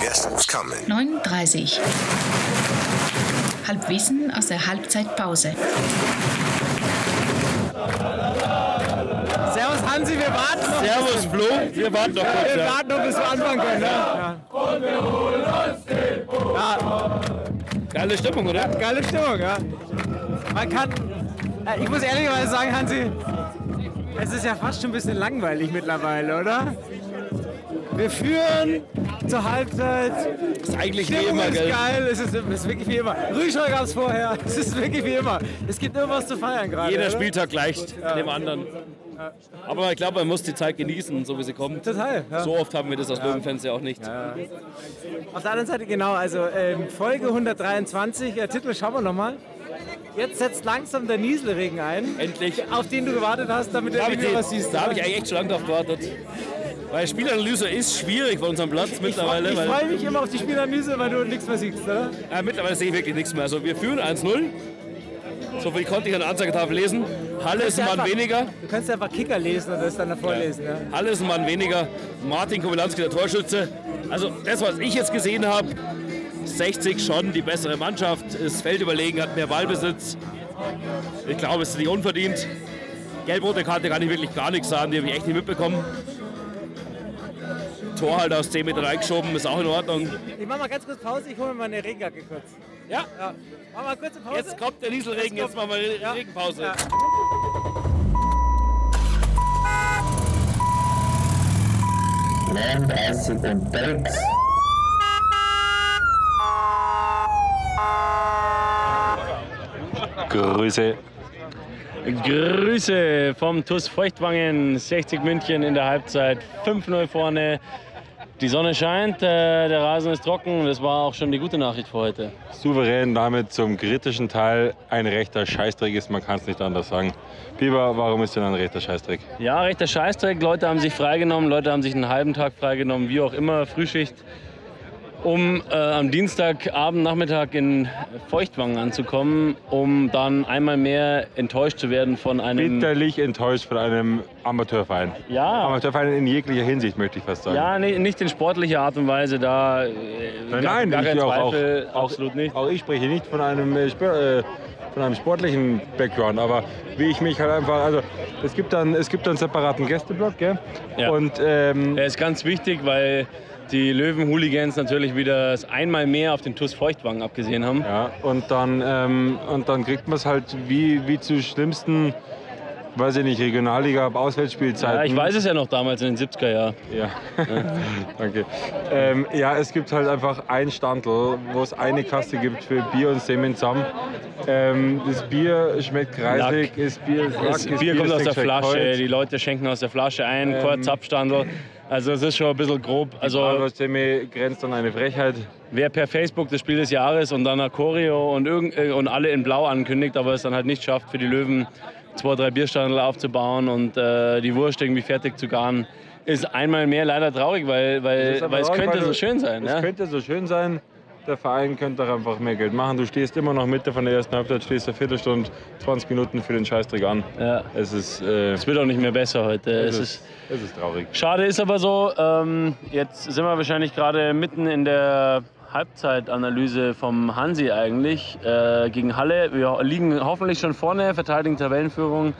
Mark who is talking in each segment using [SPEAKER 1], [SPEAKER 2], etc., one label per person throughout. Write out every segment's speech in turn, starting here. [SPEAKER 1] guest was coming.
[SPEAKER 2] 39. Halbwissen aus der Halbzeitpause.
[SPEAKER 3] Servus Hansi, wir warten noch.
[SPEAKER 4] Servus Flo, wir warten noch kurz.
[SPEAKER 3] Wir
[SPEAKER 4] Ja.
[SPEAKER 3] warten noch, bis wir anfangen können. Ne? Ja.
[SPEAKER 4] Geile Stimmung, oder?
[SPEAKER 3] Geile Stimmung, ja. Man kann. Äh, Ich muss ehrlicherweise sagen, Hansi, es ist ja fast schon ein bisschen langweilig mittlerweile, oder? Wir führen zur Halbzeit.
[SPEAKER 4] Ist eigentlich wie
[SPEAKER 3] Stimmung
[SPEAKER 4] immer,
[SPEAKER 3] ist
[SPEAKER 4] gell?
[SPEAKER 3] geil, es ist, es ist wirklich wie immer. Rüscher gab es vorher, es ist wirklich wie immer. Es gibt immer was zu feiern gerade.
[SPEAKER 4] Jeder
[SPEAKER 3] oder?
[SPEAKER 4] Spieltag gleicht dem anderen. Aber ich glaube, man muss die Zeit genießen, so wie sie kommt.
[SPEAKER 3] Total. Ja.
[SPEAKER 4] So oft haben wir das als Löwenfans ja auch nicht.
[SPEAKER 3] Auf der anderen Seite, genau, also ähm, Folge 123, der Titel schauen wir nochmal. Jetzt setzt langsam der Nieselregen ein,
[SPEAKER 4] Endlich.
[SPEAKER 3] auf den du gewartet hast, damit du
[SPEAKER 4] Da habe ich,
[SPEAKER 3] endlich wieder was
[SPEAKER 4] den-
[SPEAKER 3] siehst.
[SPEAKER 4] da hab ich eigentlich echt schon lange drauf gewartet. Weil Spielanalyse ist schwierig bei uns am Platz mittlerweile.
[SPEAKER 3] Ich
[SPEAKER 4] weil,
[SPEAKER 3] freue mich immer auf die Spielanalyse, weil du nichts mehr siehst, ne? oder?
[SPEAKER 4] äh, mittlerweile sehe ich wirklich nichts mehr. Also wir führen 1-0. So viel konnte ich an der Anzeigetafel lesen. Halle ist ein Mann weniger.
[SPEAKER 3] Du kannst einfach Kicker lesen und das dann davor lesen. Ja.
[SPEAKER 4] Halle ist ein Mann weniger. Martin Kobylanski, der Torschütze. Also das, was ich jetzt gesehen habe, 60 schon die bessere Mannschaft, ist feldüberlegen, hat mehr Ballbesitz. Ich glaube, es ist nicht unverdient. Gelb-rote Karte kann ich wirklich gar nichts sagen, die habe ich echt nicht mitbekommen. Tor halt aus 10 Meter reingeschoben, ist auch in Ordnung.
[SPEAKER 3] Ich mache mal ganz kurz Pause, ich hole mir meine Regenjacke kurz.
[SPEAKER 4] Ja,
[SPEAKER 3] Ja. Machen wir mal kurze Pause.
[SPEAKER 4] jetzt kommt der Nieselregen, jetzt machen wir Re- Regenpause.
[SPEAKER 3] Ja.
[SPEAKER 5] Nein, das ist ein Text.
[SPEAKER 6] Grüße.
[SPEAKER 7] Grüße vom TUS Feuchtwangen, 60 München in der Halbzeit, 5-0 vorne. Die Sonne scheint, äh, der Rasen ist trocken, das war auch schon die gute Nachricht für heute.
[SPEAKER 6] Souverän damit zum kritischen Teil. Ein rechter Scheißdreck ist, man kann es nicht anders sagen. Biber, warum ist denn ein rechter Scheißdreck?
[SPEAKER 7] Ja, rechter Scheißdreck, Leute haben sich freigenommen, Leute haben sich einen halben Tag freigenommen, wie auch immer, Frühschicht, um äh, am Dienstagabend, Nachmittag in Feuchtwangen anzukommen, um dann einmal mehr enttäuscht zu werden von einem...
[SPEAKER 6] Bitterlich enttäuscht von einem Amateurverein.
[SPEAKER 7] Ja.
[SPEAKER 6] Amateurverein in jeglicher Hinsicht, möchte ich fast sagen.
[SPEAKER 7] Ja, nee, nicht in sportlicher Art und Weise, da... äh,
[SPEAKER 6] Nein,
[SPEAKER 7] gar-
[SPEAKER 6] nein,
[SPEAKER 7] gar kein
[SPEAKER 6] ich auch,
[SPEAKER 7] Zweifel,
[SPEAKER 6] auch,
[SPEAKER 7] absolut nicht.
[SPEAKER 6] Auch ich spreche nicht von einem, äh, Spö- äh, von einem sportlichen Background, aber wie ich mich halt einfach, also es gibt dann, es gibt dann einen separaten Gästeblock, gell?
[SPEAKER 7] Ja.
[SPEAKER 6] Und ähm,
[SPEAKER 7] Der ist ganz wichtig, weil die Löwen-Hooligans natürlich wieder es einmal mehr auf den TuS Feuchtwangen abgesehen haben.
[SPEAKER 6] Ja, und dann, ähm, und dann kriegt man es halt wie, wie zu schlimmsten, weiß ich nicht, Regionalliga, Auswärtsspielzeiten.
[SPEAKER 7] Ja, ich weiß es ja noch damals in den 70er Jahren.
[SPEAKER 6] Ja, danke. Ähm, ja, es gibt halt einfach ein Standel, wo es eine Kasse gibt für Bier und Semen zusammen. Ähm, das Bier schmeckt kreisig,
[SPEAKER 7] Lack.
[SPEAKER 6] das Bier ist lack,
[SPEAKER 7] Das Bier kommt
[SPEAKER 6] ist
[SPEAKER 7] aus der
[SPEAKER 6] sexuell
[SPEAKER 7] Flasche,
[SPEAKER 6] kalt.
[SPEAKER 7] die Leute schenken aus der Flasche ein, ähm, Zapfstandl. Also es ist schon ein bisschen grob. Also
[SPEAKER 6] Semi grenzt an eine Frechheit.
[SPEAKER 7] wer per Facebook das Spiel des Jahres und dann nach Choreo und, irgend, äh, und alle in Blau ankündigt, aber es dann halt nicht schafft, für die Löwen zwei, drei Bierstandel aufzubauen und äh, die Wurst irgendwie fertig zu garen, ist einmal mehr leider traurig,
[SPEAKER 6] Das
[SPEAKER 7] weil,
[SPEAKER 6] ist aber
[SPEAKER 7] weil, Äh, weil es
[SPEAKER 6] auch,
[SPEAKER 7] könnte
[SPEAKER 6] du-
[SPEAKER 7] so schön sein. ne?
[SPEAKER 6] Es
[SPEAKER 7] Ja?
[SPEAKER 6] könnte so schön sein. Der Verein könnte auch einfach mehr Geld machen. Du stehst immer noch Mitte von der ersten Halbzeit, stehst eine Viertelstunde, 20 Minuten für den Scheißdreck an.
[SPEAKER 7] Ja.
[SPEAKER 6] Es ist, äh,
[SPEAKER 7] Es wird auch nicht mehr besser heute. Es ist,
[SPEAKER 6] es ist traurig.
[SPEAKER 7] schade ist aber so, ähm, jetzt sind wir wahrscheinlich gerade mitten in der Halbzeitanalyse vom Hansi eigentlich äh, gegen Halle. Wir liegen hoffentlich schon vorne, verteidigen Tabellenführung.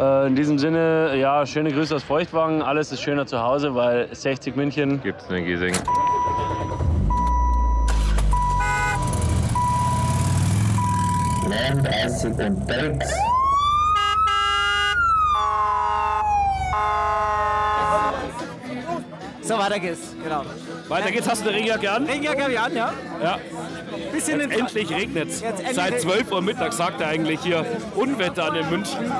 [SPEAKER 7] Äh, in diesem Sinne, ja, schöne Grüße aus Feuchtwagen. Alles ist schöner zu Hause, weil 60 München.
[SPEAKER 6] Gibt's einen Giesing.
[SPEAKER 5] Nein, das ist ein Text.
[SPEAKER 3] So, weiter geht's. Genau.
[SPEAKER 4] Weiter geht's, hast du eine Regenjacke an?
[SPEAKER 3] Regenjacke habe ich an, ja?
[SPEAKER 4] Ja.
[SPEAKER 3] Bisschen in
[SPEAKER 4] Endlich regnet's.
[SPEAKER 3] Jetzt endlich
[SPEAKER 4] Seit
[SPEAKER 3] regnet-
[SPEAKER 4] 12 Uhr Mittag sagt er eigentlich hier Unwetter in München.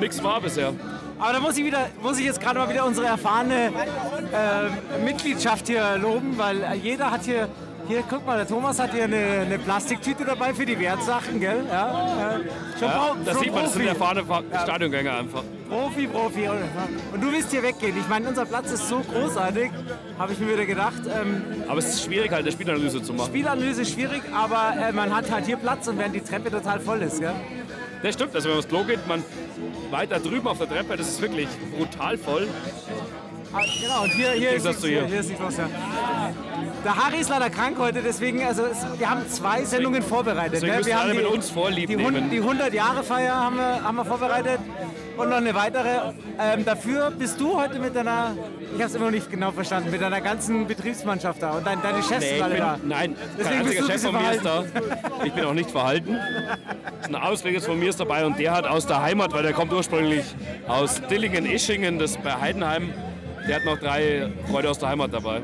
[SPEAKER 4] Nix war bisher.
[SPEAKER 3] Aber da muss ich, wieder, muss ich jetzt gerade mal wieder unsere erfahrene ähm, Mitgliedschaft hier loben, weil äh, jeder hat hier, hier guck mal, der Thomas hat hier eine, eine Plastiktüte dabei für die Wertsachen, gell? Ja, äh, schon
[SPEAKER 4] Ja,
[SPEAKER 3] Pro-
[SPEAKER 4] das
[SPEAKER 3] schon
[SPEAKER 4] sieht man, das sind
[SPEAKER 3] Profi.
[SPEAKER 4] erfahrene Fa- Stadiongänger einfach.
[SPEAKER 3] Profi, Profi. Und du willst hier weggehen. Ich meine, unser Platz ist so großartig, habe ich mir wieder gedacht. Ähm,
[SPEAKER 4] Aber es ist schwierig, halt eine Spielanalyse zu machen.
[SPEAKER 3] Spielanalyse schwierig, aber äh, man hat halt hier Platz und während die Treppe total voll ist, gell?
[SPEAKER 4] Das stimmt, also wenn man aufs Klo geht, man weiter drüben auf der Treppe, das ist wirklich brutal voll.
[SPEAKER 3] Ah, Genau, und hier, hier,
[SPEAKER 4] Gegensatz
[SPEAKER 3] sieht's-
[SPEAKER 4] zu hier.
[SPEAKER 3] hier sieht was, ja. Der Harry ist leider krank heute, deswegen, also es, wir haben zwei Sendungen vorbereitet.
[SPEAKER 4] deswegen
[SPEAKER 3] ne?
[SPEAKER 4] müssen
[SPEAKER 3] wir haben
[SPEAKER 4] alle mit uns vorlieb
[SPEAKER 3] die, Hun-
[SPEAKER 4] nehmen.
[SPEAKER 3] die 100-Jahre-Feier haben wir, haben wir vorbereitet und noch eine weitere. Ähm, dafür bist du heute mit deiner, ich habe es immer noch nicht genau verstanden, mit deiner ganzen Betriebsmannschaft da und dein, deine Chefs
[SPEAKER 4] Nee,
[SPEAKER 3] sind
[SPEAKER 4] ich
[SPEAKER 3] alle
[SPEAKER 4] bin,
[SPEAKER 3] da.
[SPEAKER 4] nein,
[SPEAKER 3] Deswegen
[SPEAKER 4] kein
[SPEAKER 3] bist
[SPEAKER 4] einziger
[SPEAKER 3] du
[SPEAKER 4] Chef von
[SPEAKER 3] ein
[SPEAKER 4] mir
[SPEAKER 3] bisschen
[SPEAKER 4] ist da. Ich bin auch nicht verhalten. Es ist ein Ausleger von mir ist dabei und der hat aus der Heimat, weil der kommt ursprünglich aus Dillingen-Ischingen, das ist bei Heidenheim. Der hat noch drei Freunde aus der Heimat dabei.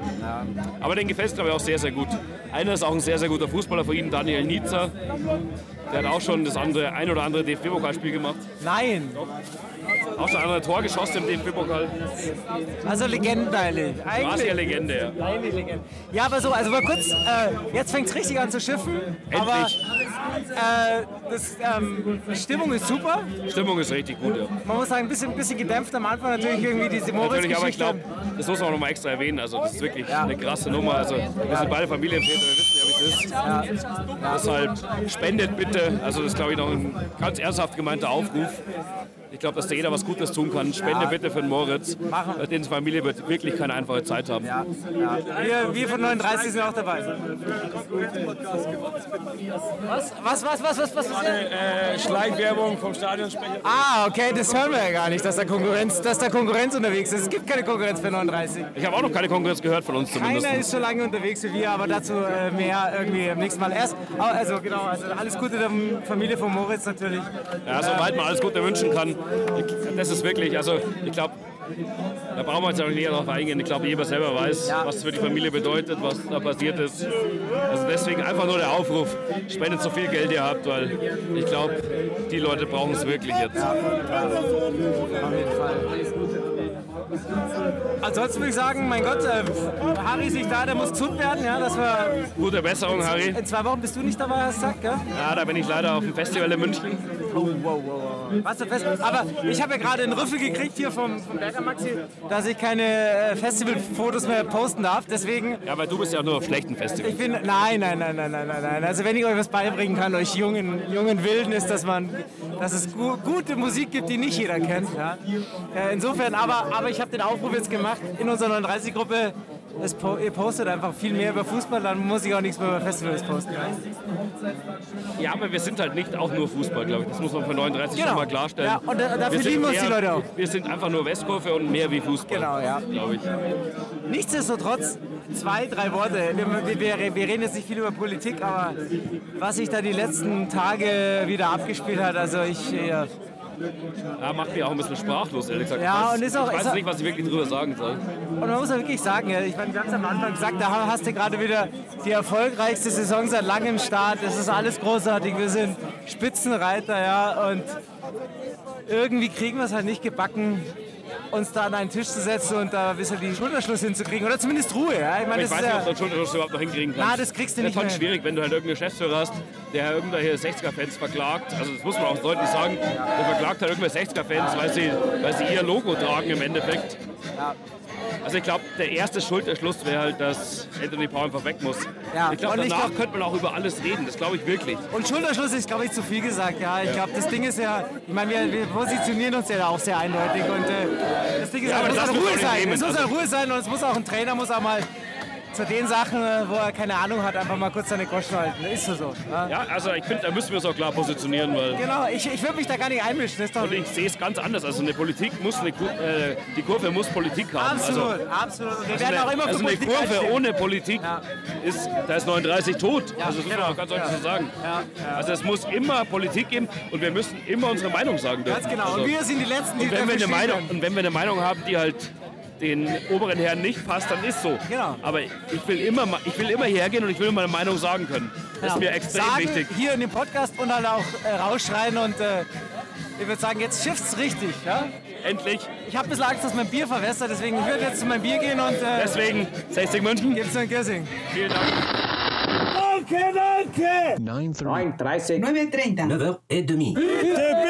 [SPEAKER 4] Aber den gefällt es, glaube ich, auch sehr, sehr gut. Einer ist auch ein sehr, sehr guter Fußballer von Ihnen, Daniel Nizza. Der hat auch schon das andere, ein oder andere DFB-Pokalspiel gemacht.
[SPEAKER 3] Nein,
[SPEAKER 4] Auch schon ein oder andere Tor geschossen im DFB-Pokal.
[SPEAKER 3] also Legenden eigentlich.
[SPEAKER 4] War
[SPEAKER 3] Eigentlich
[SPEAKER 4] sehr Legende, ja.
[SPEAKER 3] eine Legende. Ja, aber so, also mal kurz, äh, jetzt fängt es richtig an zu schiffen, aber
[SPEAKER 4] Endlich.
[SPEAKER 3] äh, das, ähm, die Stimmung ist super.
[SPEAKER 4] Stimmung ist richtig gut, ja.
[SPEAKER 3] Man muss sagen, ein bisschen, ein bisschen gedämpft am Anfang natürlich irgendwie diese
[SPEAKER 4] Natürlich, aber ich
[SPEAKER 3] Moritz-Geschichte.
[SPEAKER 4] glaube, das muss man auch nochmal extra erwähnen. Also, das ist wirklich eine krasse Nummer. Also, wir sind beide Familienväter, wir wissen ja, wie es ist. Deshalb spendet bitte. Also, das ist, glaube ich, noch ein ganz ernsthaft gemeinter Aufruf. Ich glaube, dass da jeder was Gutes tun kann. Spende bitte für den Moritz.
[SPEAKER 3] Machen.
[SPEAKER 4] Bei den Familie wird wirklich keine einfache Zeit haben.
[SPEAKER 3] Wir, wir von 39 sind auch dabei. Was, was, was, was, was, was? was?
[SPEAKER 1] Schleichwerbung vom Stadionsprecher.
[SPEAKER 3] Ah, okay, das hören wir ja gar nicht, dass da Konkurrenz, dass da Konkurrenz unterwegs ist. Es gibt keine Konkurrenz für 39.
[SPEAKER 4] Ich habe auch noch keine Konkurrenz gehört von uns zumindest.
[SPEAKER 3] Keiner ist so lange unterwegs wie wir, aber dazu äh, mehr irgendwie im nächsten Mal erst. au- Also genau, also alles Gute der Familie von Moritz natürlich.
[SPEAKER 4] Ja, soweit man alles Gute wünschen kann. Ich- Das ist wirklich, also ich glaube, da brauchen wir jetzt auch nicht näher drauf eingehen. Ich glaube, jeder selber weiß, was es für die Familie bedeutet, was da passiert ist. Also deswegen einfach nur der Aufruf, spendet so viel Geld ihr habt, weil ich glaube, die Leute brauchen es wirklich jetzt.
[SPEAKER 3] Ansonsten würde ich sagen, mein Gott, äh, Harry ist nicht da, der muss gesund werden, ja, dass wir
[SPEAKER 4] Gute Besserung, Harry.
[SPEAKER 3] in zwei Wochen bist du nicht dabei, hast du gesagt, gell?
[SPEAKER 4] Ja, da bin ich leider auf dem Festival in München.
[SPEAKER 3] Was für Fest? Aber ich habe ja gerade einen Rüffel gekriegt hier vom, vom Berger Maxi, dass ich keine äh, Festivalfotos mehr posten darf. Deswegen,
[SPEAKER 4] Ja, weil du bist ja auch nur auf schlechten Festivals.
[SPEAKER 3] ich bin. Nein, nein, nein, nein, nein, nein, nein. Also wenn ich euch was beibringen kann, euch jungen, jungen Wilden, ist, dass man dass es gu gute Musik gibt, die nicht jeder kennt. Ja? Äh, insofern, aber, aber ich habe den Aufruf jetzt gemacht in unserer 39-Gruppe. Es po ihr postet einfach viel mehr über Fußball, dann muss ich auch nichts mehr über Festivals posten.
[SPEAKER 4] Ja, aber wir sind halt nicht auch nur Fußball, glaube ich. Das muss man für 39 schon
[SPEAKER 3] Genau.
[SPEAKER 4] mal klarstellen.
[SPEAKER 3] Ja, und da- dafür
[SPEAKER 4] Wir sind
[SPEAKER 3] lieben uns die
[SPEAKER 4] mehr-
[SPEAKER 3] Leute auch.
[SPEAKER 4] Wir sind einfach nur Westkurve und mehr wie Fußball.
[SPEAKER 3] Genau, ja.
[SPEAKER 4] Glaube ich.
[SPEAKER 3] Nichtsdestotrotz, zwei, drei Worte. Wir, wir, wir reden jetzt nicht viel über Politik, aber was sich da die letzten Tage wieder abgespielt hat, also ich. äh,
[SPEAKER 4] Ja, macht mich auch ein bisschen sprachlos, ehrlich gesagt.
[SPEAKER 3] Ja,
[SPEAKER 4] ich weiß,
[SPEAKER 3] und ist auch-
[SPEAKER 4] ich weiß
[SPEAKER 3] ist auch-
[SPEAKER 4] nicht, was ich wirklich drüber sagen soll.
[SPEAKER 3] Und man muss ja wirklich sagen, ja, ich meine, wir haben es am Anfang gesagt, da hast du gerade wieder die erfolgreichste Saison seit langem Start. Es ist alles großartig, wir sind Spitzenreiter, ja, und irgendwie kriegen wir es halt nicht gebacken uns da an einen Tisch zu setzen und da ein bisschen die Schulterschluss hinzukriegen oder zumindest Ruhe. Ja. Ich meine,
[SPEAKER 4] Ich weiß
[SPEAKER 3] das
[SPEAKER 4] nicht, ob
[SPEAKER 3] ist ja,
[SPEAKER 4] du einen Schulterschluss überhaupt noch hinkriegen kannst.
[SPEAKER 3] Na, das kriegst du nicht
[SPEAKER 4] Das ist
[SPEAKER 3] mehr
[SPEAKER 4] schon schwierig, wenn du halt irgendeinen Geschäftsführer hast, der irgendwelche 60er-Fans verklagt. Also das muss man auch deutlich sagen. Der verklagt halt irgendwelche 60er-Fans, weil sie, weil sie ihr Logo tragen im Endeffekt. Also ich glaube, der erste Schulterschluss wäre halt, dass Anthony Paul einfach weg muss.
[SPEAKER 3] Ja,
[SPEAKER 4] Ich glaube,
[SPEAKER 3] und
[SPEAKER 4] danach
[SPEAKER 3] ich glaub-
[SPEAKER 4] könnte man auch über alles reden. Das glaube ich wirklich.
[SPEAKER 3] Und Schulterschluss ist, glaube ich, zu viel gesagt. Ja, ich glaube, das Ding ist ja, ich meine, wir, wir positionieren uns ja da auch sehr eindeutig. Und äh, das Ding ist,
[SPEAKER 4] Ja, aber
[SPEAKER 3] es muss
[SPEAKER 4] das darf
[SPEAKER 3] an
[SPEAKER 4] man
[SPEAKER 3] Ruhe
[SPEAKER 4] doch nicht
[SPEAKER 3] sein.
[SPEAKER 4] nehmen.
[SPEAKER 3] Es muss an
[SPEAKER 4] Also-
[SPEAKER 3] Ruhe sein und es muss auch ein Trainer muss auch mal zu den Sachen, äh, wo er keine Ahnung hat, einfach mal kurz seine Goschen halten. Ist so so. Ja.
[SPEAKER 4] Ja, also ich finde, da müssen wir uns auch klar positionieren, weil...
[SPEAKER 3] Genau, ich, ich würde mich da gar nicht einmischen. Das ist doch
[SPEAKER 4] Und ich sehe es ganz anders. Also eine Politik muss eine Kur äh, die Kurve muss Politik haben.
[SPEAKER 3] absolut,
[SPEAKER 4] Also,
[SPEAKER 3] absolut. Und Wir
[SPEAKER 4] also
[SPEAKER 3] werden
[SPEAKER 4] eine,
[SPEAKER 3] auch immer für
[SPEAKER 4] also eine
[SPEAKER 3] Politik
[SPEAKER 4] Kurve
[SPEAKER 3] einstehen.
[SPEAKER 4] ohne Politik ist, da ist 39 tot. also das muss
[SPEAKER 3] genau.
[SPEAKER 4] man auch ganz deutlich so sagen. Also es muss immer Politik geben und wir müssen immer unsere Meinung sagen dürfen.
[SPEAKER 3] Ganz genau.
[SPEAKER 4] Also,
[SPEAKER 3] Und wir sind die Letzten, die
[SPEAKER 4] wenn wir
[SPEAKER 3] dafür
[SPEAKER 4] eine
[SPEAKER 3] stehen
[SPEAKER 4] Meinung,
[SPEAKER 3] werden.
[SPEAKER 4] und wenn wir eine Meinung haben, die halt den oberen Herren nicht passt, dann ist so.
[SPEAKER 3] Genau.
[SPEAKER 4] Aber ich will immer, ma- ich will immer hergehen und ich will meine Meinung sagen können. Das ist mir
[SPEAKER 3] Genau.
[SPEAKER 4] extrem
[SPEAKER 3] sagen,
[SPEAKER 4] wichtig.
[SPEAKER 3] Hier in dem Podcast und dann auch äh, rausschreien und äh, ich würde sagen, jetzt schifft's richtig. Ja?
[SPEAKER 4] Endlich.
[SPEAKER 3] Ich habe bislang Angst, dass mein Bier verwässert, deswegen ich würde jetzt zu meinem Bier gehen und äh,
[SPEAKER 4] Deswegen 60 München.
[SPEAKER 3] gibt's ein Gissing.
[SPEAKER 4] Vielen Dank.
[SPEAKER 8] 9.30.
[SPEAKER 9] 9.30.
[SPEAKER 8] 9h30.